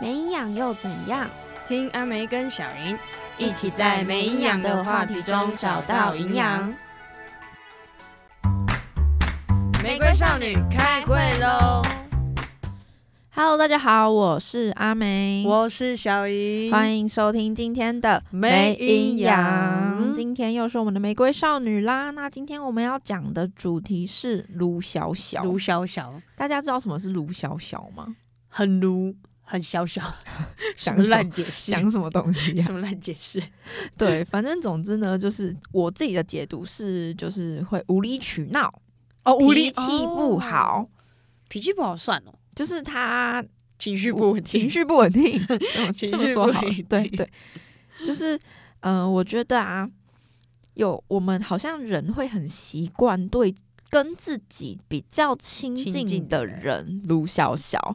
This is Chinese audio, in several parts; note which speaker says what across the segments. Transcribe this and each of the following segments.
Speaker 1: 没营养又怎样？
Speaker 2: 听阿梅跟小莹
Speaker 1: 一起在没营养的话题中找到营养。
Speaker 2: 玫瑰少女开会喽！
Speaker 1: Hello，大家好，我是阿梅，
Speaker 2: 我是小莹，
Speaker 1: 欢迎收听今天的
Speaker 2: 没营养
Speaker 1: 今天又是我们的玫瑰少女啦。那今天我们要讲的主题是卢小小。
Speaker 2: 卢小小，
Speaker 1: 大家知道什么是卢小小吗？
Speaker 2: 很卢，很 小小，什
Speaker 1: 讲
Speaker 2: 么
Speaker 1: 什么
Speaker 2: 烂解释？
Speaker 1: 讲什么东西呀、
Speaker 2: 什么烂啊解释？
Speaker 1: 对，反正总之呢，就是我自己的解读是，就是会无理取闹，
Speaker 2: 哦
Speaker 1: 脾气不好，，
Speaker 2: 脾气不好算哦，
Speaker 1: 就是他
Speaker 2: 情绪不稳定，
Speaker 1: 情绪不稳定，
Speaker 2: 情
Speaker 1: 这么
Speaker 2: 绪
Speaker 1: 说
Speaker 2: 不
Speaker 1: 好了
Speaker 2: 稳，
Speaker 1: 对
Speaker 2: 定
Speaker 1: 对，就是嗯、呃我觉得啊，有我们好像人会很习惯对跟自己比较亲
Speaker 2: 亲
Speaker 1: 近
Speaker 2: 近
Speaker 1: 的
Speaker 2: 的人
Speaker 1: 人，卢小小，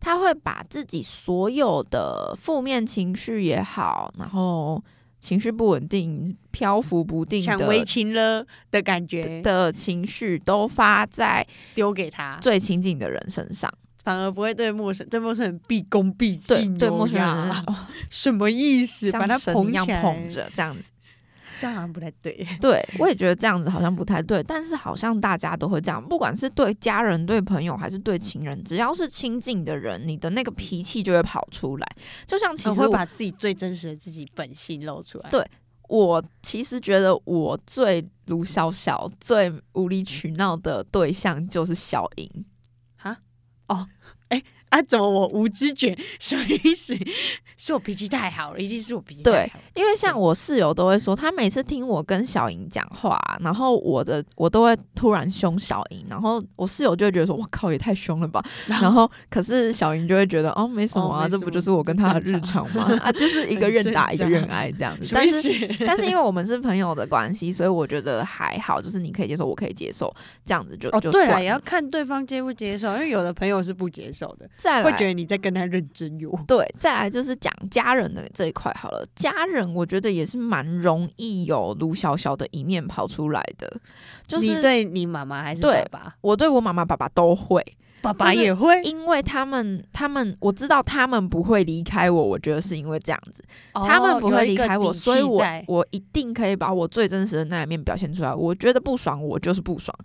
Speaker 1: 他会把自己所有的负面情绪也好，然后情绪不稳定、漂浮不定
Speaker 2: 想
Speaker 1: 的
Speaker 2: 为情了的感觉，
Speaker 1: 的情绪都发在
Speaker 2: 丢给他，
Speaker 1: 最亲近的人身上，
Speaker 2: 反而不会对陌生对陌生人毕恭毕
Speaker 1: 对
Speaker 2: 敬、哦，
Speaker 1: 对，陌生人
Speaker 2: 呀
Speaker 1: 身上哦
Speaker 2: 什么意思？把
Speaker 1: 像
Speaker 2: 他
Speaker 1: 神
Speaker 2: 捧
Speaker 1: 一样
Speaker 2: 起来
Speaker 1: 捧，着这样子。
Speaker 2: 这样好像不太 对。
Speaker 1: 对，我也觉得这样子好像不太对，但是好像大家都会这样，不管是对家人、对朋友还是对情人，只要是亲近的人，你的那个脾气就会跑出来。就像其
Speaker 2: 我
Speaker 1: 实
Speaker 2: 嗯会
Speaker 1: 我,、
Speaker 2: 把自己最真实的自己本性露出来。
Speaker 1: 对我其实觉得我最卢小小、最无理取闹的对象就是小莹，
Speaker 2: 啊，怎么我无知觉？ 什么意思？是我脾气太好了，一定是我脾气
Speaker 1: 对
Speaker 2: 太好了。
Speaker 1: 因为像我室友都会说，他每次听我跟小莹讲话，啊然后我的我都会突然凶小莹，然后我室友就会觉得说，我靠，也太凶 了吧。然后可是小莹就会觉得，哦，没什么啊，
Speaker 2: 哦没
Speaker 1: 这
Speaker 2: 什么
Speaker 1: 不就是我跟他的日常吗？啊，就是一个愿打
Speaker 2: 很
Speaker 1: 一
Speaker 2: 正
Speaker 1: 个
Speaker 2: 常
Speaker 1: 愿挨这 样子。
Speaker 2: 什么
Speaker 1: 但
Speaker 2: 意
Speaker 1: 是
Speaker 2: 思？
Speaker 1: 但是因为我们是朋友的关系，所以我觉得还好，就是你可以接受，我可以接受，这样子就、
Speaker 2: 哦，
Speaker 1: 就
Speaker 2: 对
Speaker 1: 算
Speaker 2: 了，
Speaker 1: 了。
Speaker 2: 也要看对方接不接受，因为有的朋友是不接受的，
Speaker 1: 再
Speaker 2: 会
Speaker 1: 来
Speaker 2: 觉得你在跟他认真哟。
Speaker 1: 对，再来就是讲家人的这一块好了。家人我觉得也是蛮容易有卢小小的一面跑出来的，就
Speaker 2: 你
Speaker 1: 是
Speaker 2: 对你妈妈还是
Speaker 1: 对
Speaker 2: 爸爸？
Speaker 1: 我对我妈妈、爸爸都会，
Speaker 2: 爸
Speaker 1: 爸
Speaker 2: 爸
Speaker 1: 也
Speaker 2: 也会，
Speaker 1: 因为他们他们我知道他们不会离开我，我觉得是因为这样子，
Speaker 2: 哦
Speaker 1: 他们不会离开我，所以我我一定可以把我最真实的那一面表现出来。我觉得不爽，我就是不爽。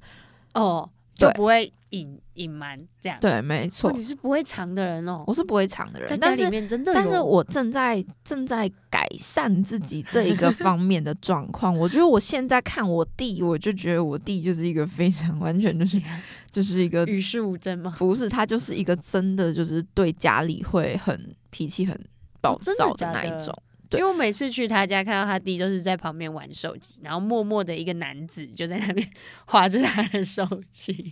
Speaker 2: 哦就
Speaker 1: 对
Speaker 2: 不会隐隐瞒这样。
Speaker 1: 对，没
Speaker 2: 哦，
Speaker 1: 错
Speaker 2: 你，是不会藏的人哦，
Speaker 1: 我是不会藏的
Speaker 2: 在
Speaker 1: 人，
Speaker 2: 家
Speaker 1: 但
Speaker 2: 里
Speaker 1: 是
Speaker 2: 面真的有，
Speaker 1: 但是我正在正在改善自己这一个方面的状况。我觉得我现在看我弟，我就觉得我弟就是一个非常完全就是
Speaker 2: 啊
Speaker 1: 就是一个
Speaker 2: 与世无争吗？
Speaker 1: 不是他就是一个真的就是对家里会很脾气很暴
Speaker 2: 哦真的
Speaker 1: 躁
Speaker 2: 假
Speaker 1: 那一
Speaker 2: 的
Speaker 1: 种。对
Speaker 2: 因为我每次去他家，看到他弟都是在旁边玩手机，然后默默的一个男子就在那边 划着他的手机，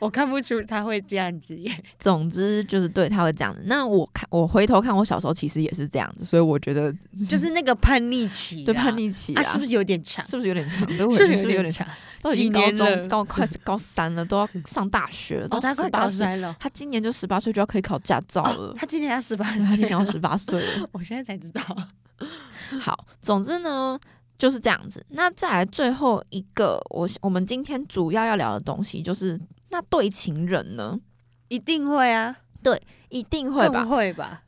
Speaker 2: 我看不出他会这样子耶。
Speaker 1: 总之就是对他会这样子。那我看我回头看我小时候其实也是这样子，所以我觉得
Speaker 2: 就是那个叛逆期、啊，
Speaker 1: 对叛逆期
Speaker 2: 啊，是不
Speaker 1: 是
Speaker 2: 是有点长？
Speaker 1: 是不是有点长？ 对，我
Speaker 2: 是
Speaker 1: 觉
Speaker 2: 不
Speaker 1: 得
Speaker 2: 是
Speaker 1: 是不是有点长？
Speaker 2: 长？哦
Speaker 1: 都已经
Speaker 2: 几
Speaker 1: 高
Speaker 2: 年了
Speaker 1: 中高快高三了，都要上大学了，
Speaker 2: 哦，
Speaker 1: 都
Speaker 2: 他
Speaker 1: 十
Speaker 2: 快
Speaker 1: 八
Speaker 2: 高
Speaker 1: 岁
Speaker 2: 三了，
Speaker 1: 他今年就十八岁就要可以考驾照了
Speaker 2: 哦，他今年要十 八
Speaker 1: 他今
Speaker 2: 岁
Speaker 1: 年要
Speaker 2: 了，
Speaker 1: 十八岁了。
Speaker 2: 我现在才知 道。
Speaker 1: 好，总之呢就是这样子。那再来最后一个，我我们今天主要要聊的东西就是，那对情人呢，
Speaker 2: 一定会啊，
Speaker 1: 一定 会
Speaker 2: 更
Speaker 1: 吧？
Speaker 2: 会吧？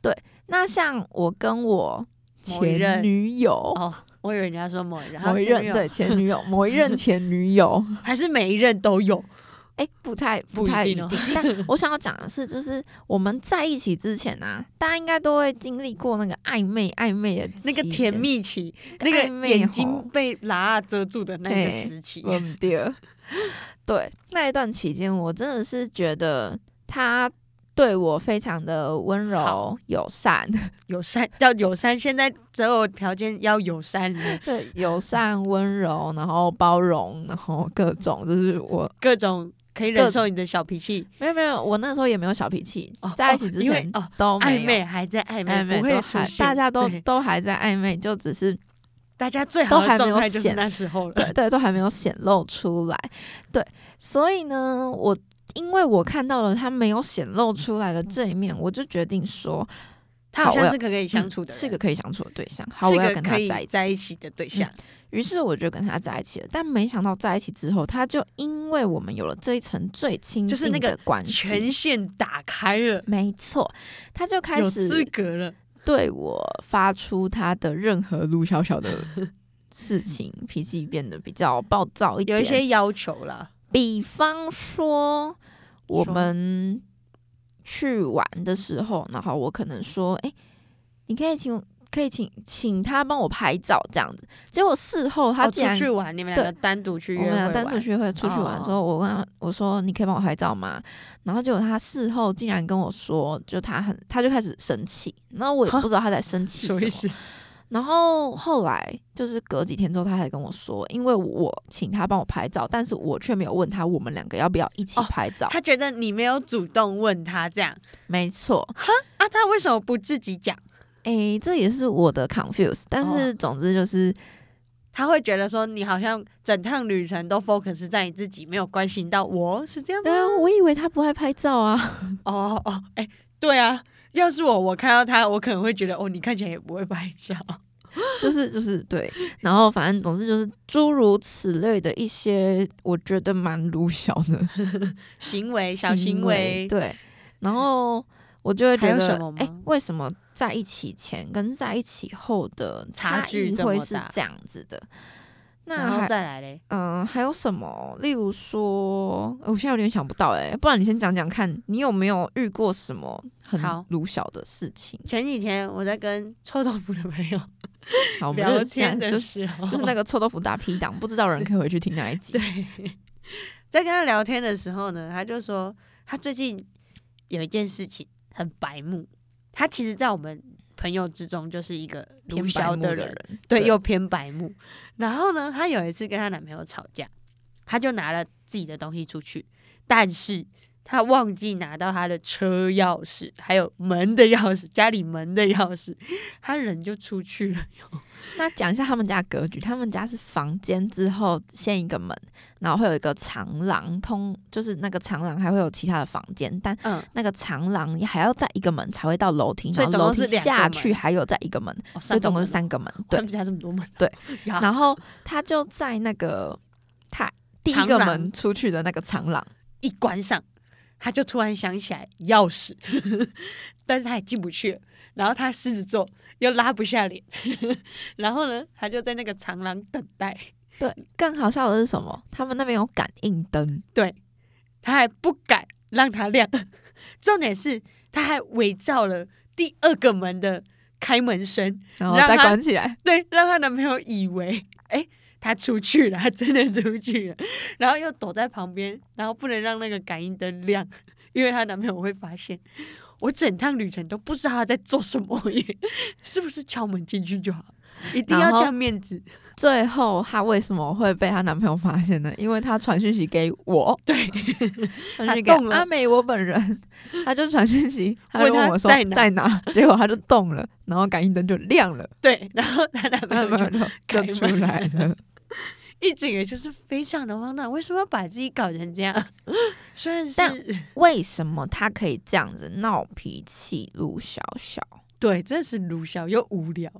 Speaker 1: 那像我跟我
Speaker 2: 某一任
Speaker 1: 前女友。
Speaker 2: 哦，我以为人家说某一任，
Speaker 1: 某一任
Speaker 2: 然后前女友
Speaker 1: 对，前女友，某一任前女 友，
Speaker 2: 还是每一任都有
Speaker 1: 哎、不太
Speaker 2: 不一
Speaker 1: 太
Speaker 2: 定哦
Speaker 1: 但我想要讲的是，就是我们在一起之前啊，大家应该都会经历过那个暧昧暧昧的
Speaker 2: 那个
Speaker 1: 期
Speaker 2: 甜
Speaker 1: 间，
Speaker 2: 蜜期，
Speaker 1: 那
Speaker 2: 那
Speaker 1: 个
Speaker 2: 个
Speaker 1: 暧昧
Speaker 2: 眼
Speaker 1: 吼
Speaker 2: 睛被拉啊遮住的那
Speaker 1: 嘿
Speaker 2: 个时期，
Speaker 1: 我们 爹。对，那一段期间，我真的是觉得他对我非常的温柔
Speaker 2: 好
Speaker 1: 友善，
Speaker 2: 友善 要友善，现在择偶条件要友善了，
Speaker 1: 对，友善温柔，然后包容，然后各种，就是我
Speaker 2: 各种可以
Speaker 1: 各
Speaker 2: 忍受你的小脾气，
Speaker 1: 没有没有，我那时候也没有小脾气，
Speaker 2: 哦
Speaker 1: 在一起之
Speaker 2: 因为
Speaker 1: 前
Speaker 2: 哦
Speaker 1: 都没有
Speaker 2: 暧昧还在暧
Speaker 1: 暧昧
Speaker 2: 昧，不
Speaker 1: 都
Speaker 2: 会
Speaker 1: 还
Speaker 2: 出现，
Speaker 1: 大家都
Speaker 2: 对
Speaker 1: 都还在暧昧，就只 是
Speaker 2: 大家最好
Speaker 1: 都还
Speaker 2: 的
Speaker 1: 没有
Speaker 2: 状态就是
Speaker 1: 显
Speaker 2: 那时候了，
Speaker 1: 对对，都还没有显露出来。对，所以呢，我因为我看到了他没有显露出来的这一面，我就决定说，
Speaker 2: 他好
Speaker 1: 我
Speaker 2: 像
Speaker 1: 有
Speaker 2: 是个可以相处的
Speaker 1: 嗯
Speaker 2: 人，
Speaker 1: 是个可以相处的对象。好，我
Speaker 2: 是
Speaker 1: 要
Speaker 2: 个
Speaker 1: 跟他
Speaker 2: 可以
Speaker 1: 在一起。
Speaker 2: 在
Speaker 1: 嗯
Speaker 2: 一起的对象。
Speaker 1: 于是我就跟他在一起了，但没想到在一起之后，他就因为我们有了这一层最亲
Speaker 2: 就是
Speaker 1: 近
Speaker 2: 那个
Speaker 1: 的关系，
Speaker 2: 权限打开了，
Speaker 1: 没错，他就开
Speaker 2: 有资
Speaker 1: 始
Speaker 2: 格了。
Speaker 1: 对我发出他的任何陆小小的事情， 脾气变得比较暴躁一点，
Speaker 2: 有一些要求啦，
Speaker 1: 比方说，我
Speaker 2: 说
Speaker 1: 们去玩的时候，然后我可能说：“哎、你可以请，可以请，请他帮我拍照这样子。”结果事后他
Speaker 2: 哦
Speaker 1: 竟然、
Speaker 2: 出去玩，你们两个单独去
Speaker 1: 我
Speaker 2: 约
Speaker 1: 们
Speaker 2: 会
Speaker 1: 俩
Speaker 2: 玩，
Speaker 1: 单独去会出去玩的时候，我问他我说：“你可以帮我拍照吗？”然后结果他事后竟然跟我说，就他很，他就开始生气，然后我也
Speaker 2: 哈
Speaker 1: 不知道他在生气
Speaker 2: 什么意
Speaker 1: 什
Speaker 2: 思
Speaker 1: 么。？然后后来就是隔几天之后，他还跟我说，因为我请他帮我拍照，但是我却没有问他我们两个要不要一起
Speaker 2: 哦
Speaker 1: 拍照。
Speaker 2: 他觉得你没有主动问他这样
Speaker 1: 没错，
Speaker 2: 啊，他为什么不自己讲？
Speaker 1: 诶，这也是我的 confuse。但
Speaker 2: 哦
Speaker 1: 是总之就是，
Speaker 2: 他会觉得说你好像整趟旅程都 focus 在你自己，没有关心到我，是这样吗
Speaker 1: 对？啊，我以为他不爱拍照啊。
Speaker 2: 哦哦，哎、对啊，要是我，我看到他，我可能会觉得哦，你看起来也不会拍照。
Speaker 1: 就是就是对，然后反正总之就是诸如此类的一些，我觉得蛮鲁小的
Speaker 2: 行为小
Speaker 1: 行
Speaker 2: 行为，
Speaker 1: 对，然后我就会觉
Speaker 2: 还有
Speaker 1: 得
Speaker 2: 什么，吗
Speaker 1: 哎、为什么在一起前跟在一起后的
Speaker 2: 差
Speaker 1: 差
Speaker 2: 距
Speaker 1: 异
Speaker 2: 这
Speaker 1: 会
Speaker 2: 么
Speaker 1: 是
Speaker 2: 大
Speaker 1: 这样子的？那
Speaker 2: 然后
Speaker 1: 还
Speaker 2: 再来嘞，
Speaker 1: 嗯、还有什么？例如说，呃我现在有点想不到哎、不然你先讲讲看，你有没有遇过什么很
Speaker 2: 好
Speaker 1: 鲁小的事情？
Speaker 2: 前几天我在跟臭豆腐的朋友
Speaker 1: 好， 我们
Speaker 2: 聊
Speaker 1: 就
Speaker 2: 天
Speaker 1: 现在
Speaker 2: 的
Speaker 1: 就是
Speaker 2: 时候，
Speaker 1: 就是那个臭豆腐打 P 档，不知道的人可以回去听那一集。
Speaker 2: 对，在跟他聊天的时候呢，他就说他最近有一件事情很白目，他其实，在我们朋友之中就是一个
Speaker 1: 偏
Speaker 2: 鲁
Speaker 1: 白
Speaker 2: 小
Speaker 1: 目
Speaker 2: 的
Speaker 1: 的
Speaker 2: 人，
Speaker 1: 人，
Speaker 2: 对，
Speaker 1: 对
Speaker 2: 又偏白目。然后呢，她有一次跟她男朋友吵架，她就拿了自己的东西出去，但是她忘记拿到她的车钥匙，还有门的钥匙，家里门的钥匙，她人就出去了。
Speaker 1: 那讲一下他们家格局，他们家是房间之后先一个门，然后会有一个长廊通，就是那个长廊还会有其他的房间，但
Speaker 2: 嗯，
Speaker 1: 那个长廊还要再一个门才会到楼梯，
Speaker 2: 所以
Speaker 1: 然后
Speaker 2: 总
Speaker 1: 楼
Speaker 2: 共
Speaker 1: 梯
Speaker 2: 是两个
Speaker 1: 下
Speaker 2: 门
Speaker 1: 去还有再一个门，
Speaker 2: 哦、
Speaker 1: 所以总共是
Speaker 2: 个门
Speaker 1: 三个门。
Speaker 2: 哦，
Speaker 1: 对
Speaker 2: 他，们家这么多门哦，
Speaker 1: 对
Speaker 2: 呀，
Speaker 1: 然后他就在那个他第一
Speaker 2: 长
Speaker 1: 个
Speaker 2: 廊
Speaker 1: 门出去的那个长廊，
Speaker 2: 一关上，他就突然想起来钥匙， 但是他也进不去了。然后他狮子座又拉不下脸， 然后呢，他就在那个长廊等待，
Speaker 1: 对，更好笑的是什么？他们那边有感应灯，
Speaker 2: 他还不敢让它亮。 重点是，他还伪造了第二个门的开门声，
Speaker 1: 然后
Speaker 2: 让
Speaker 1: 再
Speaker 2: 他
Speaker 1: 关起来。
Speaker 2: 对，让她男朋友以为，哎，她出去了，她真的出去了， 然后又躲在旁边，然后不能让那个感应灯亮，因为她男朋友会发现。我整趟旅程都不知道她在做什么耶， 是不是敲门进去就好？一定要
Speaker 1: 然后
Speaker 2: 这样面子，
Speaker 1: 最后她为什么会被她男朋友发现呢？因为她传讯息给我，
Speaker 2: 对，
Speaker 1: 传讯
Speaker 2: 她
Speaker 1: 息给
Speaker 2: 动了
Speaker 1: 阿美我本人，她就传讯息，她
Speaker 2: 问
Speaker 1: 就问
Speaker 2: 她
Speaker 1: 我说
Speaker 2: 在哪
Speaker 1: 哪，结果她就动了，然后感应灯就亮 了，
Speaker 2: 对，然后她男朋
Speaker 1: 那
Speaker 2: 友就
Speaker 1: 么就
Speaker 2: 开门
Speaker 1: 出来 了。
Speaker 2: 一整个就是非常的荒唐，为什么要把自己搞成这样？ 虽然
Speaker 1: 但
Speaker 2: 是
Speaker 1: 为什么她可以这样子闹脾气、陆小小？
Speaker 2: 对，真的是鲁小又无聊，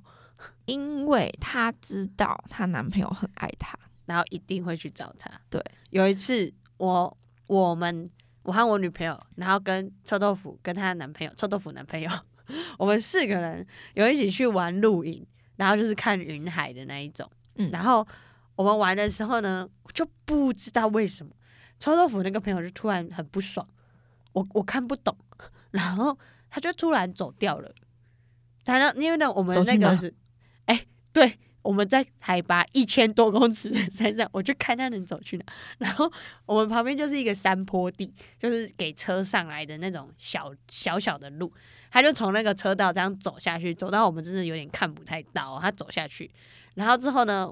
Speaker 1: 因为她知道她男朋友很爱 她。
Speaker 2: 然后一定会去找他。
Speaker 1: 对，
Speaker 2: 有一次我我们我和我女朋友，然后跟臭豆腐跟她的男朋友，臭豆腐男朋友， 我们四个人有一起去玩露营，然后就是看云海的那一种。
Speaker 1: 嗯
Speaker 2: 然后我们玩的时候呢，我就不知道为什么臭豆腐那个朋友就突然很不爽，我我看不懂， 然后他就突然走掉了。他那因为呢，我们
Speaker 1: 走
Speaker 2: 那
Speaker 1: 去
Speaker 2: 个
Speaker 1: 哪
Speaker 2: 是，哎、对，我们在海拔一千多公尺的山上， 我就看他能走去哪。然后我们旁边就是一个山坡地，就是给车上来的那种小小小的路，他就从那个车道这样走下去，走到我们真的有点看不太到、他走下去，然后之后呢，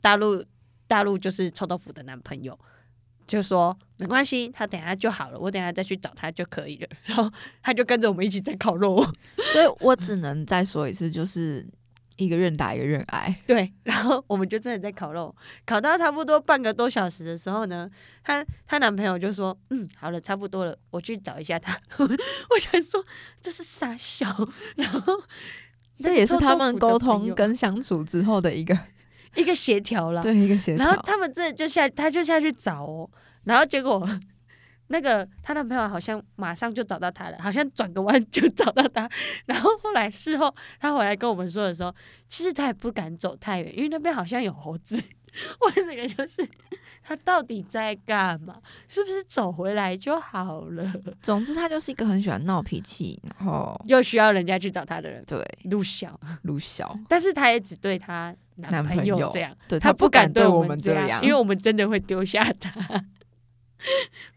Speaker 2: 大陆大陆就是臭豆腐的男朋友，就说没关系，他等一下就好了，我等一下再去找他就可以了。 然后他就跟着我们一起在烤肉，
Speaker 1: 所以我只能再说一次，就是一个愿打一个愿挨。
Speaker 2: 对，然后我们就真的在烤肉，烤到差不多半个多小时的时候呢，她她男朋友就说：“嗯，好了，差不多了，我去找一下他。” 我想说这是傻笑，然后那
Speaker 1: 这
Speaker 2: 个
Speaker 1: 也是
Speaker 2: 臭
Speaker 1: 他
Speaker 2: 豆
Speaker 1: 们
Speaker 2: 腐的
Speaker 1: 沟
Speaker 2: 朋友
Speaker 1: 通跟相处之后的一个
Speaker 2: 一个协调啦。
Speaker 1: 对一个协
Speaker 2: 然后
Speaker 1: 调。
Speaker 2: 他们这就下，他就下去找哦，然后结果 那个她男朋友好像马上就找到她了，好像转个弯就 找到她。然后后来事后她回来跟我们说的时候，其实她也不敢走太远，因为那边好像有猴子。 我这个就是她到底在干嘛？是不是走回来就好了？
Speaker 1: 总之，他就是一个很喜欢闹脾气，然后
Speaker 2: 又需要人家去找她的人，
Speaker 1: 对
Speaker 2: 陆小，
Speaker 1: 鲁小，
Speaker 2: 但是她也只对她男
Speaker 1: 男
Speaker 2: 朋
Speaker 1: 朋
Speaker 2: 友
Speaker 1: 友
Speaker 2: 这样。
Speaker 1: 对
Speaker 2: 他
Speaker 1: 不
Speaker 2: 敢
Speaker 1: 对
Speaker 2: 我
Speaker 1: 们
Speaker 2: 这
Speaker 1: 这
Speaker 2: 因为我们真的会丢下他，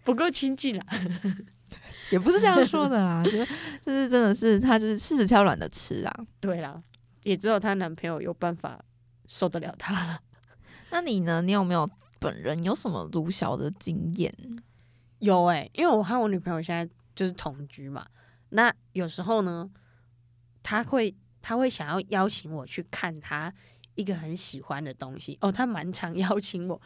Speaker 2: 不够亲近啦。啊
Speaker 1: 也不是这样说的啦，就是就是真的是他就是吃屎挑软的吃啊。
Speaker 2: 对啦，也只有她男朋友有办法受得了她了。
Speaker 1: 那你呢？你有没有本人有什么鲁小的经验？
Speaker 2: 有诶、因为我和我女朋友现在就是同居嘛，那有时候呢，她会她会想要邀请我去看她一个很喜欢的东西哦，她蛮常邀请我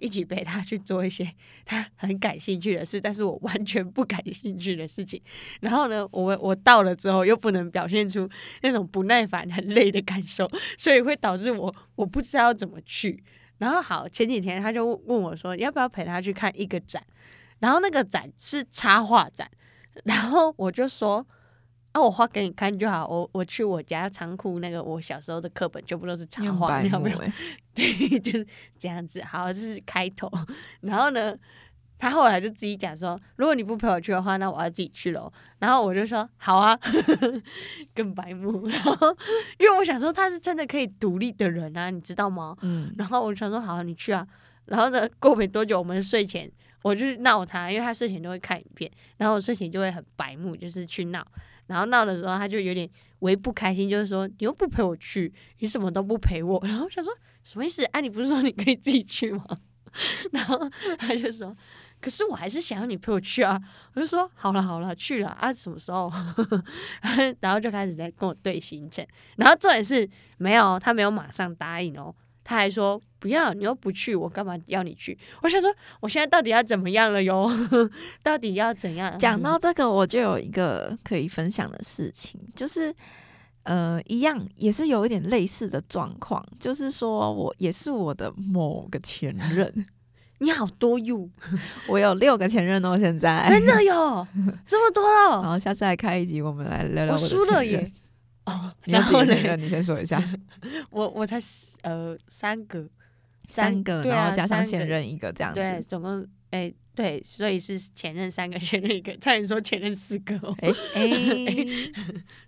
Speaker 2: 一起陪她去做一些 她很感兴趣的事，但是我完全不感兴趣的事情。然后呢，我我到了之后又不能表现出那种不耐烦、很累的感受，所以会导致我我不知道怎么去。然后好，前几天他就问我说，要不要陪他去看一个展？然后那个展是插画展，然后我就说，啊，我画给你看就好。我我去我家仓库那个我小时候的课本全部都是插
Speaker 1: 你很
Speaker 2: 画，
Speaker 1: 白
Speaker 2: 你有
Speaker 1: 目
Speaker 2: 没有？
Speaker 1: 欸
Speaker 2: 对， 就是这样子。好，这是开头。然后呢，他后来就自己讲说，如果你不陪我去的话，那我要自己去喽。然后我就说好啊， 更白目。 然后因为我想说他是真的可以独立的人啊，你知道吗？
Speaker 1: 嗯，
Speaker 2: 然后我就想说好、你去啊。然后呢，过没多久，我们睡前我就闹他，因为他睡前都会看影片，然后我睡前就会很白目，就是去闹。然后闹的时候，他就有点为不开心，就是说你又不陪我去，你什么都不陪我。 然后我想说什么意思？啊，你不是说你可以自己去吗？ 然后他就说，可是我还是想要你陪我去啊。我就说好了好了，去了啊，什么时候？ 然后就开始在跟我对行程。然后重点是没有，他没有马上答应哦，他还说不要，你又不去，我干嘛要你去？我想说，我现在到底要怎么样了哟？ 到底要怎样？
Speaker 1: 讲到这个，我就有一个可以分享的事情，就是。呃，一样也是有一点类似的状况，就是说我也是我的某个前任，
Speaker 2: 你好多哟，
Speaker 1: 我有六个前任哦，现在
Speaker 2: 真的哟，这么多
Speaker 1: 然
Speaker 2: 了，
Speaker 1: 后下次来开一哦集，我们来聊聊
Speaker 2: 我
Speaker 1: 的
Speaker 2: 输了
Speaker 1: 前任
Speaker 2: 耶。。哦，
Speaker 1: 你有
Speaker 2: 然
Speaker 1: 几
Speaker 2: 后
Speaker 1: 个前
Speaker 2: 嘞，
Speaker 1: 任？你先说一下，
Speaker 2: 我我才四呃三个，
Speaker 1: 三个，
Speaker 2: 对啊
Speaker 1: 然后加上
Speaker 2: 三个
Speaker 1: 现任一个这样子。
Speaker 2: 对，总共哎、对，所以是前任三个，前任一个，差点说前任四个哦。
Speaker 1: 哎哎，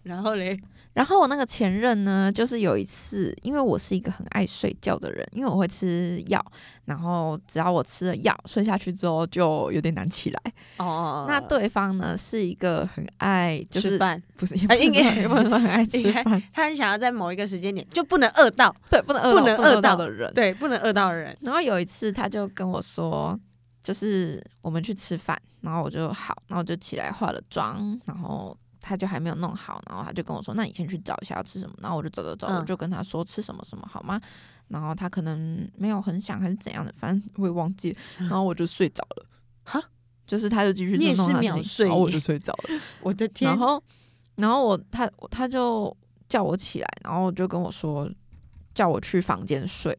Speaker 2: 然后嘞，
Speaker 1: 然后我那个前任呢，就是有一次，因为我是一个很爱睡觉的人，因为我会吃药，然后只要我吃了药，睡下去之后就有点难起来。
Speaker 2: 哦
Speaker 1: 那对方呢是一个很爱，就
Speaker 2: 吃
Speaker 1: 是
Speaker 2: 饭，
Speaker 1: 不是也不
Speaker 2: 哎
Speaker 1: 是
Speaker 2: 应该
Speaker 1: 也不能说很爱
Speaker 2: 应
Speaker 1: 吃
Speaker 2: 该
Speaker 1: 饭，
Speaker 2: 他很想要在某一个时间点就不能饿到，
Speaker 1: 对，不能饿
Speaker 2: 不
Speaker 1: 到
Speaker 2: 能饿
Speaker 1: 饿
Speaker 2: 到
Speaker 1: 的人。
Speaker 2: 对，不能饿到的人。
Speaker 1: 然后有一次，他就跟我说，就是我们去吃饭，然后我就好，然后我就起来化了妆，然后他就还没有弄好，然后他就跟我说，那你先去找一下要吃什么，然后我就走走走，
Speaker 2: 嗯
Speaker 1: 我就跟他说吃什么什么好吗？然后他可能没有很想还是怎样的，反正我也忘记 了，然后我就睡着了，
Speaker 2: 哈，
Speaker 1: 就是他就继续
Speaker 2: 你也
Speaker 1: 弄
Speaker 2: 是
Speaker 1: 他的事
Speaker 2: 秒
Speaker 1: 情
Speaker 2: 睡
Speaker 1: 然后我
Speaker 2: 耶
Speaker 1: 就睡着 了。
Speaker 2: 我的天
Speaker 1: 然，后，然后我他他就叫我起来，然后就跟我说叫我去房间睡，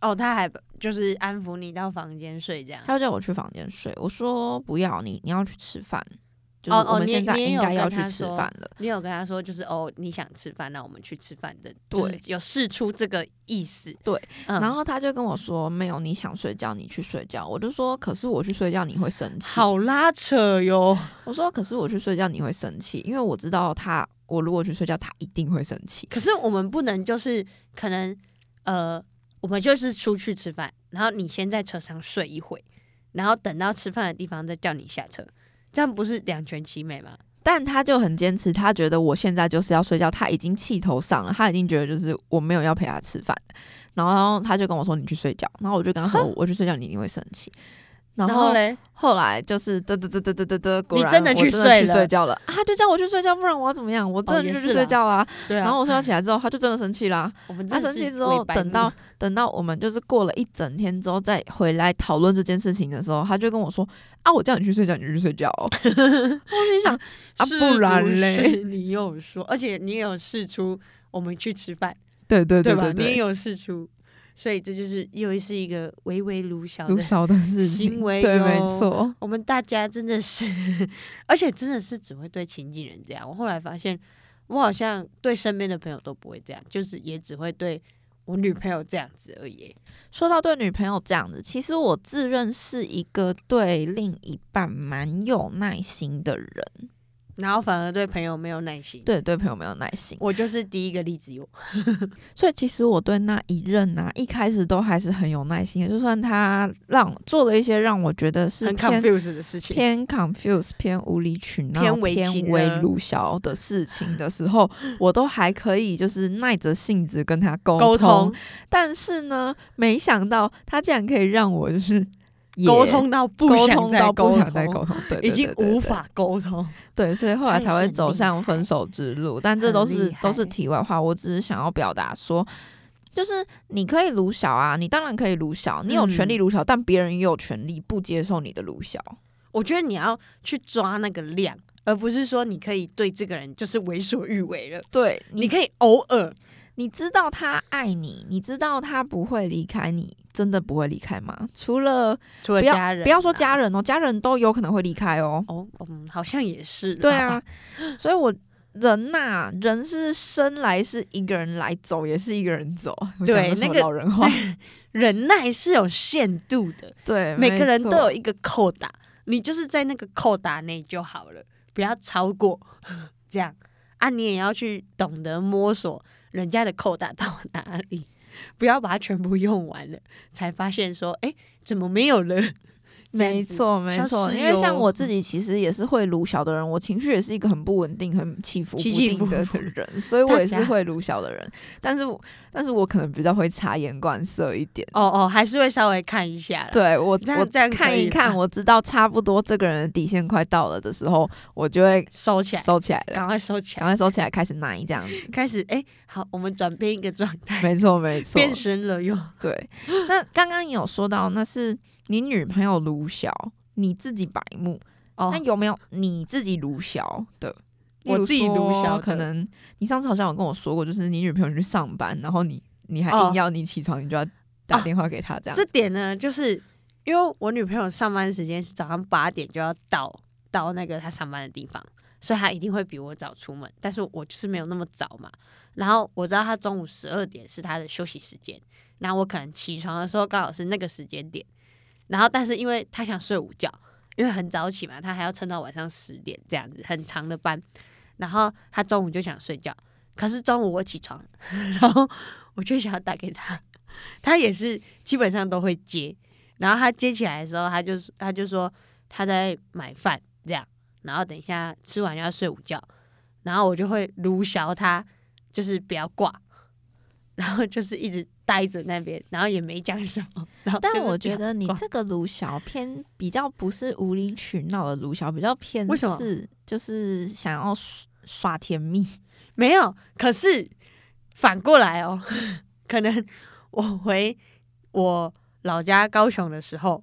Speaker 2: 哦，他还就是安抚你到房间睡这样。
Speaker 1: 他就叫我去房间睡，我说不要，你你要去吃饭，就
Speaker 2: 哦
Speaker 1: 是
Speaker 2: 哦
Speaker 1: 我们
Speaker 2: 你
Speaker 1: 现在
Speaker 2: 你也
Speaker 1: 应
Speaker 2: 有
Speaker 1: 该要
Speaker 2: 跟
Speaker 1: 去
Speaker 2: 他
Speaker 1: 吃
Speaker 2: 说
Speaker 1: 饭了。
Speaker 2: 你有跟他说就是哦，你想吃饭，那我们去吃饭的，就是
Speaker 1: 对
Speaker 2: 有试出这个意思。
Speaker 1: 对
Speaker 2: 嗯，
Speaker 1: 然后他就跟我说没有，你想睡觉你去睡觉。我就说可是我去睡觉你会生气。
Speaker 2: 好拉扯 哟，
Speaker 1: 我说可是我去睡觉你会生气，因为我知道他，我如果去睡觉他一定会生气。
Speaker 2: 可是我们不能就是可能呃，我们就是出去吃饭，然后你先在车上睡一会，然后等到吃饭的地方再叫你下车，这样不是两全其美吗？
Speaker 1: 但他就很坚持，他觉得我现在就是要睡觉，他已经气头上了，他已经觉得就是我没有要陪他吃饭，然后他就跟我说你去睡觉，然后我就跟他说我去睡觉，你一定会生气。然
Speaker 2: 后
Speaker 1: 后
Speaker 2: 嘞，
Speaker 1: 后来就是嘚嘚嘚嘚嘚嘚嘚，果
Speaker 2: 你
Speaker 1: 然
Speaker 2: 真的
Speaker 1: 我
Speaker 2: 去
Speaker 1: 真
Speaker 2: 睡
Speaker 1: 去
Speaker 2: 了哦
Speaker 1: 睡觉了啊！他就叫我去睡觉，不然我要怎么样？我真
Speaker 2: 也
Speaker 1: 的就是去
Speaker 2: 啦
Speaker 1: 睡觉啦。
Speaker 2: 对啊。
Speaker 1: 然后我睡觉起来之后，他就真的生气啦。
Speaker 2: 我们
Speaker 1: 他
Speaker 2: 真的
Speaker 1: 生气
Speaker 2: 是
Speaker 1: 之
Speaker 2: 伪
Speaker 1: 后，
Speaker 2: 白
Speaker 1: 等
Speaker 2: 目
Speaker 1: 到等到我们就是过了一整天之后再回来讨论这件事情的时候，他就跟我说：“啊，我叫你去睡觉，你就去睡觉、 哦。”我心想：“啊，
Speaker 2: 是
Speaker 1: 不然
Speaker 2: 是
Speaker 1: 嘞
Speaker 2: 你有说，而且你也有试出我们去吃饭，？”
Speaker 1: 对对对对
Speaker 2: 吧？你也
Speaker 1: 对，
Speaker 2: 有试出，所以这就是又是一个微微鲁小
Speaker 1: 卢
Speaker 2: 的。
Speaker 1: 晓的事
Speaker 2: 行
Speaker 1: 情，
Speaker 2: 为
Speaker 1: 对，没
Speaker 2: 哟
Speaker 1: 错，
Speaker 2: 我们大家真的是， 而且真的是只会对亲近人这样。我后来发现，我好像对身边的朋友都不会这样，就是也只会对我女朋友这样子而已。
Speaker 1: 说到对女朋友这样子，其实我自认是一个对另一半蛮有耐心的人，
Speaker 2: 然后反而对朋友没有耐心。
Speaker 1: 对对朋友没有耐心，
Speaker 2: 我就是第一个例子哟。
Speaker 1: 所以其实我对那一任啊，一开始都还是很有耐心的，就算他让做了一些让我觉得是
Speaker 2: 很
Speaker 1: 偏
Speaker 2: confused 的事情，
Speaker 1: 偏 confuse、偏无理取闹、
Speaker 2: 偏
Speaker 1: 偏
Speaker 2: 为情
Speaker 1: 为
Speaker 2: 呢
Speaker 1: 鲁小的事情的时 候，我都还可以就是耐着性子跟他沟
Speaker 2: 沟通
Speaker 1: 但是呢，没想到他竟然可以让我就是也
Speaker 2: 沟通到不
Speaker 1: 沟
Speaker 2: 想
Speaker 1: 通
Speaker 2: 再
Speaker 1: 到不
Speaker 2: 沟
Speaker 1: 想再
Speaker 2: 通，
Speaker 1: 沟通，对
Speaker 2: 已经
Speaker 1: 对对对
Speaker 2: 无法沟通。
Speaker 1: 对，所以后来才
Speaker 2: 他也是
Speaker 1: 会
Speaker 2: 很
Speaker 1: 走
Speaker 2: 厉
Speaker 1: 上
Speaker 2: 害
Speaker 1: 分手之路。但这
Speaker 2: 很
Speaker 1: 都
Speaker 2: 厉
Speaker 1: 是都是
Speaker 2: 害
Speaker 1: 题外话，我只是想要表达说，就是你可以鲁小啊，你当然可以鲁小，你有权利
Speaker 2: 嗯
Speaker 1: 鲁小，但别人也有权利不接受你的鲁小。
Speaker 2: 我觉得你要去抓那个量，而不是说你可以对这个人就是为所欲为了。
Speaker 1: 对，
Speaker 2: 你
Speaker 1: 你
Speaker 2: 可以偶尔，
Speaker 1: 你知道他爱你，你知道他不会离开你，真的不会离开吗？除了
Speaker 2: 除了
Speaker 1: 不要
Speaker 2: 家人啊、
Speaker 1: 不要说家人哦，家人都有可能会离开哦。
Speaker 2: 哦，嗯，好像也是。
Speaker 1: 对，啊，所以我人呐、人是生来是一个人来走，也是一个人走。我讲
Speaker 2: 对
Speaker 1: 的什
Speaker 2: 那
Speaker 1: 么
Speaker 2: 个
Speaker 1: 老人 话，
Speaker 2: 忍耐是有限度的，
Speaker 1: 对，
Speaker 2: 每个人
Speaker 1: 没错
Speaker 2: 都有一个扣打，你就是在那个扣打内就好了，不要超过。这样啊，你也要去懂得摸索人家的扣打到哪里，不要把它全部用完了，才发现说，哎、怎么没有了？这样
Speaker 1: 没
Speaker 2: 子，
Speaker 1: 错，没
Speaker 2: 消
Speaker 1: 错，
Speaker 2: 失
Speaker 1: 因为像
Speaker 2: 哟
Speaker 1: 我自己其实也是会撸小的人，我情绪也是一个很不稳定、很起伏不
Speaker 2: 起起
Speaker 1: 定的
Speaker 2: 伏伏
Speaker 1: 的人，所以我
Speaker 2: 大
Speaker 1: 也是
Speaker 2: 家
Speaker 1: 会撸小的人。但是我，但是我可能比较会察言观色一点。
Speaker 2: 哦哦，还是会稍微看一下啦。
Speaker 1: 对我，
Speaker 2: 这样
Speaker 1: 我
Speaker 2: 这样可
Speaker 1: 看
Speaker 2: 以啊
Speaker 1: 一
Speaker 2: 吧
Speaker 1: 看，我知道差不多这个人的底线快到了的时候，我就会
Speaker 2: 收起来，
Speaker 1: 收起来了，
Speaker 2: 赶快收起
Speaker 1: 赶
Speaker 2: 来。
Speaker 1: 快收起来，开始奶这样子。
Speaker 2: 开始，哎、好，我们转变一个状态，
Speaker 1: 没错，没错，
Speaker 2: 变身了又。
Speaker 1: 对。那刚刚你有说到，那是你女朋友撸小，你自己白目，
Speaker 2: 哦
Speaker 1: 那，有没有你自己卢小的？
Speaker 2: 我
Speaker 1: 例如
Speaker 2: 自己卢
Speaker 1: 说
Speaker 2: 小的
Speaker 1: 可能你上次好像有跟我说过，就是你女朋友去上班，然后你你还
Speaker 2: 哦
Speaker 1: 硬要你起床，你就要打
Speaker 2: 啊
Speaker 1: 电话给她哦这样。
Speaker 2: 这点呢，就是因为我女朋友上班时间是早上八点就要到到那个她上班的地方，所以她一定会比我早出门，但是我就是没有那么早嘛。然后我知道她中午十二点是她的休息时间，然后我可能起床的时候刚好是那个时间点，然后但是因为她想睡午觉，因为很早起嘛，她还要撑到晚上十点这样子，很长的班。然后她中午就想睡觉，可是中午我起床了， 然后我就想要打给她。他 也是基本上都会接。然后他接起来的时候，他就他就说他在买饭这样，然后等一下吃完要睡午觉，然后我就会如小他，就是不要挂，然后就是一直待着那边，然后也没讲什么。然后
Speaker 1: 但我觉
Speaker 2: 得
Speaker 1: 得你
Speaker 2: 怪
Speaker 1: 这个卢小偏比较不是无理取闹的卢小，比较偏
Speaker 2: 为什么
Speaker 1: 是就是想要耍耍甜 蜜。
Speaker 2: 没有，可是反过来哦， 可能我回我老家高雄的时候，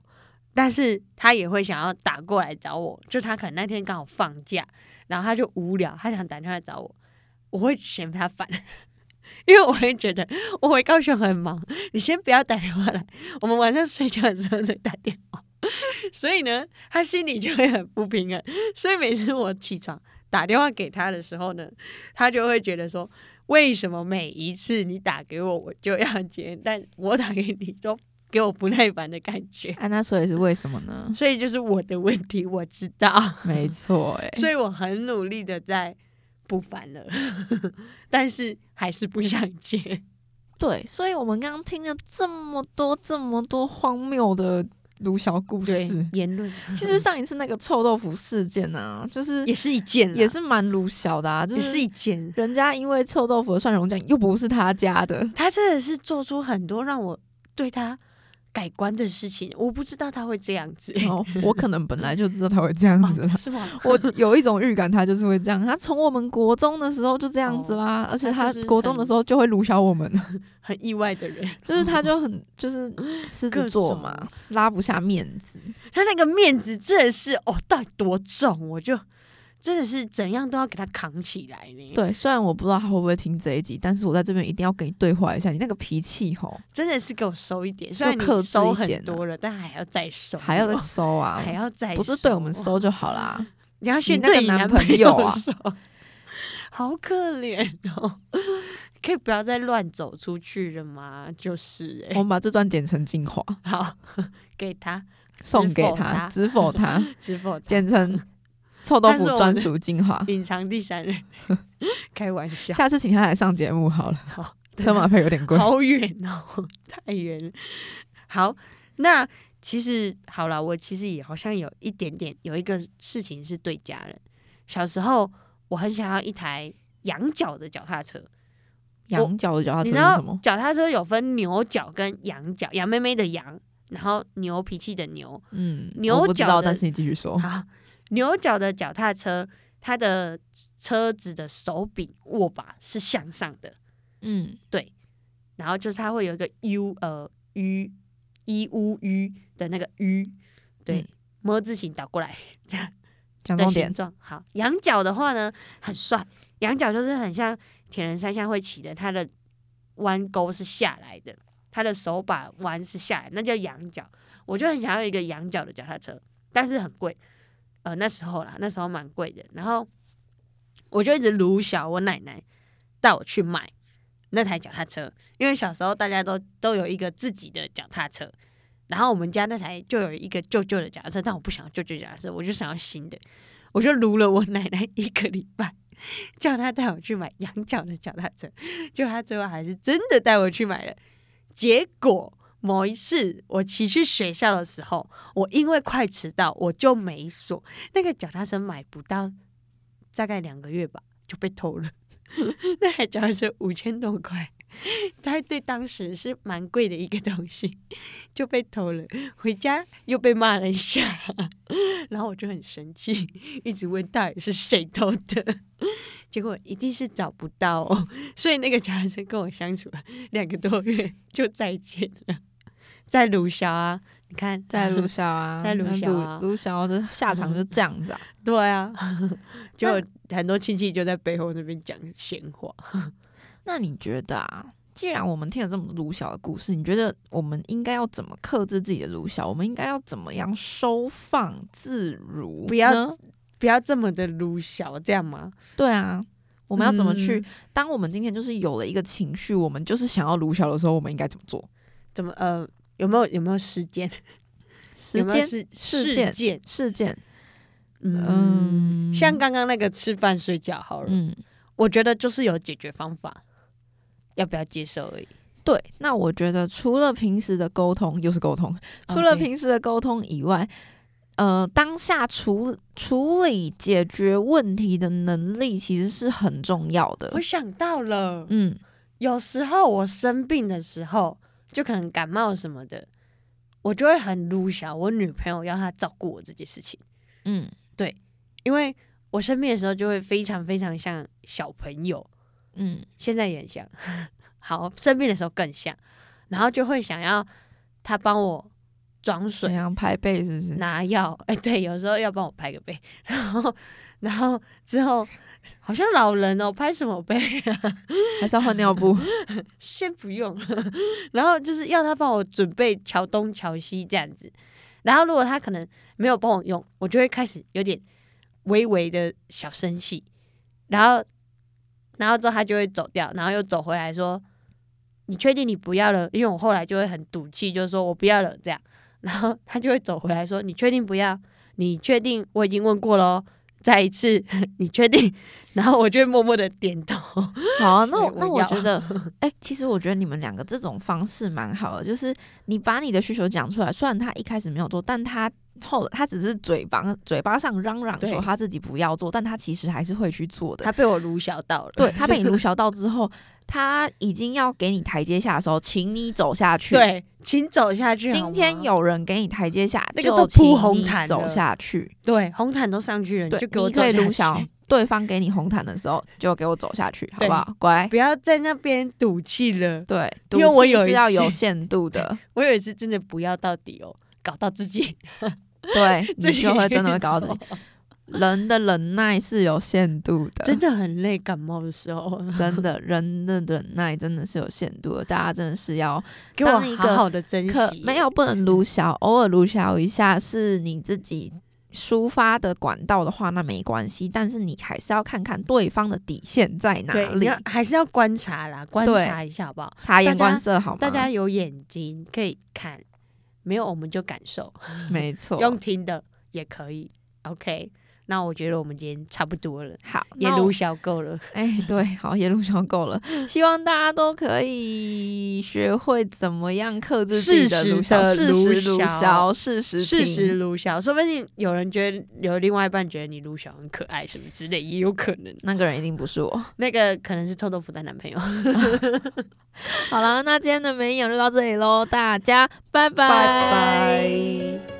Speaker 2: 但是他也会想要打过来找我，就他可能那天刚好放假，然后他就无聊，他想打电话找我，我会嫌他烦。 因为我会觉得我回高雄很忙，你先不要打电话来，我们晚上睡觉的时候再打电话。所以呢，他心里就会很不平衡。所以每次我起床打电话给他的时候呢，他就会觉得说，为什么每一次你打给我，我就要接，但我打给你都给我不耐烦的感觉。？
Speaker 1: 哎、那所以是为什么呢
Speaker 2: 所以就是我的问题，我知道，
Speaker 1: 没错、哎，
Speaker 2: 所以我很努力的在不烦了， 但是还是不想接。
Speaker 1: 对，所以我们刚刚听了这么多这么多荒谬的卢小故事。
Speaker 2: 言论
Speaker 1: 其实上一次那个臭豆腐事件啊，就是
Speaker 2: 也是一件啦，
Speaker 1: 也是蛮鲁小的啊，就
Speaker 2: 也是
Speaker 1: 是
Speaker 2: 一件。
Speaker 1: 人家因为臭豆腐的蒜蓉酱又不是他家的，
Speaker 2: 他真的是做出很多让我对他改观的事情，我不知道他会这样子。
Speaker 1: 然后我可能本来就知道他会这样子
Speaker 2: 哦
Speaker 1: 啦，
Speaker 2: 是吗？
Speaker 1: 我有一种预感，他就是会这样。他从我们国中的时候就这样子啦，而且
Speaker 2: 哦他
Speaker 1: 他
Speaker 2: 就是
Speaker 1: 国中
Speaker 2: 很
Speaker 1: 的时候就会鲁小我们，
Speaker 2: 很意外的人，
Speaker 1: 就是他就很就是狮
Speaker 2: 各
Speaker 1: 子座嘛
Speaker 2: 种，
Speaker 1: 拉不下面子。
Speaker 2: 他那个面子真的是哦，到底多重？我就真的是怎样都要给他扛起来呢。，
Speaker 1: 对，虽然我不知道他会不会听这一集，但是我在这边一定要跟你对话一下，你那个脾气吼
Speaker 2: 真的是给我收一点，虽然
Speaker 1: 克制
Speaker 2: 你
Speaker 1: 一
Speaker 2: 收
Speaker 1: 点
Speaker 2: 很
Speaker 1: 啊
Speaker 2: 多了，但还要再收，
Speaker 1: 还要再收啊
Speaker 2: 哦还，要再
Speaker 1: 不是对我们
Speaker 2: 收，啊
Speaker 1: 收就好啦。
Speaker 2: 你要先
Speaker 1: 你那个
Speaker 2: 对
Speaker 1: 男
Speaker 2: 男
Speaker 1: 朋
Speaker 2: 朋
Speaker 1: 友
Speaker 2: 友
Speaker 1: 啊
Speaker 2: 收， 好可怜哦。可以不要再乱走出去了吗？就是、欸，
Speaker 1: 我们把这段剪成 精华
Speaker 2: 好，给他
Speaker 1: 送给
Speaker 2: 否他
Speaker 1: 他，只否他，
Speaker 2: 直播
Speaker 1: 剪成臭豆
Speaker 2: 但
Speaker 1: 腐
Speaker 2: 是我
Speaker 1: 专
Speaker 2: 们
Speaker 1: 属精华。
Speaker 2: 隐藏第三 人，开玩笑，
Speaker 1: 下次请他来上节目好了，
Speaker 2: 好，啊
Speaker 1: 车马费有点贵。
Speaker 2: 好远哦， 太远了。好，那其实好了，我其实也好像有一点点有一个事情是对家人。小时候我很想要一台羊角的脚踏车，
Speaker 1: 羊角的脚踏车
Speaker 2: 你
Speaker 1: 是
Speaker 2: 知道
Speaker 1: 什么？
Speaker 2: 脚踏车有分牛角跟羊角，羊妹妹的羊，然后牛脾气的牛。
Speaker 1: 嗯，
Speaker 2: 牛
Speaker 1: 我不知
Speaker 2: 角
Speaker 1: 道，
Speaker 2: 的
Speaker 1: 但是你继续说。
Speaker 2: 好，牛角的脚踏车，它的车子的手柄握把是向上的，
Speaker 1: 嗯，
Speaker 2: 然后就是它会有一个 U 呃 U 一 u U 的那个 U，对，
Speaker 1: 嗯
Speaker 2: 么字形倒过来这样
Speaker 1: 讲
Speaker 2: 的
Speaker 1: 重
Speaker 2: 形
Speaker 1: 点。
Speaker 2: 状。好，羊角的话呢，很帅，羊角就是很像铁人三项会骑的，它的弯钩是下来的，它的手把弯是下来，那叫羊角。我就很想要一个羊角的脚踏车，但是很贵，呃，那时候啦，那时候蛮贵的。然后我就一直鲁小我奶奶带我去买那台脚踏车，因为小时候大家都都有一个自己的脚踏车。然后我们家那台就有一个旧旧的脚踏车，但我不想要旧旧脚踏车，我就想要新的。我就撸了我奶奶一个礼拜，叫她带我去买羊角的脚踏车，就她最后还是真的带我去买了。结果某一次我骑去学校的时候，我因为快迟到，我就没锁那个脚踏车，买不到大概两个月吧就被偷了。 那台脚踏车五千多块，它对当时是蛮贵的一个东西，就被偷了。回家又被骂了一下， 然后我就很生气，一直问到底是谁偷的，结果一定是找不到哦。所以那个脚踏车跟我相处了两个多月就再见了，在鲁小啊，你看
Speaker 1: 在 卢小啊，
Speaker 2: 在卢小啊
Speaker 1: 那卢卢小的下场就这样子啊。
Speaker 2: 对啊， 就很多亲戚就在背后那边讲闲话。
Speaker 1: 那你觉得啊？既然我们听了这么多卢小的故事，你觉得我们应该要怎么克制自己的卢小？我们应该要怎么样收放自如呢？
Speaker 2: 不要不要这么的鲁小，这样吗？
Speaker 1: 对啊，我们要怎么去？
Speaker 2: 嗯
Speaker 1: 当我们今天就是有了一个情绪，我们就是想要卢小的时候，我们应该怎么做？
Speaker 2: 怎么呃，有没有有没有时间？
Speaker 1: 时
Speaker 2: 有没
Speaker 1: 间、
Speaker 2: 有事
Speaker 1: 事
Speaker 2: 件
Speaker 1: 件事件，
Speaker 2: 嗯，
Speaker 1: 嗯，
Speaker 2: 像刚刚那个吃饭睡觉好了，
Speaker 1: 嗯，
Speaker 2: 我觉得就是有解决方法，要不要接受而已。
Speaker 1: 对，那我觉得除了平时的沟通，又是沟通，除了
Speaker 2: OK
Speaker 1: 平时的沟通以外，呃，当下处处理解决问题的能力其实是很重要的
Speaker 2: 我。想到了，
Speaker 1: 嗯，
Speaker 2: 有时候我生病的时候，就可能感冒什么的，我就会很鲁小我女朋友要她照顾我这件事情。
Speaker 1: 嗯，
Speaker 2: 因为我生病的时候就会非常非常像小朋友，
Speaker 1: 嗯，
Speaker 2: 现在也很像。 好，生病的时候更像，然后就会想要他帮我装
Speaker 1: 怎
Speaker 2: 水、
Speaker 1: 样拍背是不是？
Speaker 2: 拿药。 哎、对，有时候要帮我拍个背， 然后然后之后好像老人哦，拍什么背？
Speaker 1: 还是要换尿 布？
Speaker 2: 先不用了， 然后就是要他帮我准备桥东桥西这样子。然后如果他可能没有帮我用，我就会开始有点微微的小生气，然后然后之后他就会走掉，然后又走回来说：“你确定你不要了？”因为我后来就会很赌气，就是说我不要了这样。然后他就会走回来说：“你确定不要？你确定？我已经问过喽。”再一次， 你确定？然后我就会默默的点头。
Speaker 1: 好啊、那
Speaker 2: 所以
Speaker 1: 我那
Speaker 2: 我
Speaker 1: 我
Speaker 2: 要
Speaker 1: 觉 得，哎、其实我觉得你们两个这种方式蛮好的，就是你把你的需求讲出来，虽然他一开始没有做，但他后他只是嘴巴嘴巴上嚷嚷
Speaker 2: 对
Speaker 1: 说他自己不要做，但他其实还是会去做的。
Speaker 2: 他被我撸小到了，
Speaker 1: 对他被你卢小到之后，他已经要给你台阶下的时候，请你走下去。，
Speaker 2: 对，请走下去好吗。
Speaker 1: 今天有人给你台阶下，
Speaker 2: 那个
Speaker 1: 就
Speaker 2: 都
Speaker 1: 请
Speaker 2: 铺红
Speaker 1: 你
Speaker 2: 毯
Speaker 1: 走
Speaker 2: 了
Speaker 1: 下去。
Speaker 2: 对红毯都上去了，你
Speaker 1: 对
Speaker 2: 就给，我
Speaker 1: 你
Speaker 2: 走
Speaker 1: 可以卢
Speaker 2: 下
Speaker 1: 小
Speaker 2: 去，
Speaker 1: 对方给你红毯的时候，就给我走下去，好
Speaker 2: 对
Speaker 1: 不好？乖。
Speaker 2: 不要在那边赌气了。
Speaker 1: 对，
Speaker 2: 因
Speaker 1: 赌
Speaker 2: 为我
Speaker 1: 气
Speaker 2: 有一
Speaker 1: 是要有
Speaker 2: 次
Speaker 1: 限度 的，
Speaker 2: 我有一次真的不要到底哦，搞到自 己，
Speaker 1: 对你
Speaker 2: 自己
Speaker 1: 就会真的会搞到自己。
Speaker 2: 走，
Speaker 1: 人的忍耐是有限度的，
Speaker 2: 真的很累。感冒的时 候，
Speaker 1: 真的，人的忍耐真的是有限度的，大家真的是要
Speaker 2: 给我
Speaker 1: 当一个
Speaker 2: 好好的珍
Speaker 1: 可
Speaker 2: 惜。
Speaker 1: 没有不能撸小，偶尔撸小一下是你自己抒发的管道的话，那没关系，但是你还是要看看对方的底线在哪
Speaker 2: 对，你
Speaker 1: 里
Speaker 2: 要，还是要观察啦，观
Speaker 1: 对
Speaker 2: 察一下好不好？
Speaker 1: 察言
Speaker 2: 大家
Speaker 1: 观色好吗？
Speaker 2: 大家有眼睛可以看，没有我们就感受，
Speaker 1: 没错，
Speaker 2: 用听的也可以。OK，那我觉得我们今天差不多了，
Speaker 1: 好
Speaker 2: 也
Speaker 1: 那我
Speaker 2: 撸小够了。
Speaker 1: 哎，对，好，野路小狗 了。希望大家都可以学会怎么样克制自己
Speaker 2: 适时
Speaker 1: 的鲁小，
Speaker 2: 地
Speaker 1: 适
Speaker 2: 撸
Speaker 1: 时鲁
Speaker 2: 小
Speaker 1: 小，适时
Speaker 2: 事
Speaker 1: 停
Speaker 2: 实卢小，说不定有人觉得有另外一半觉得你卢小很可爱什么之类，也有可能。
Speaker 1: 那个人一定不是 我。
Speaker 2: 那个可能是臭豆腐的男朋友。
Speaker 1: 好了，那今天的美影就到这里喽，大家拜拜
Speaker 2: 拜拜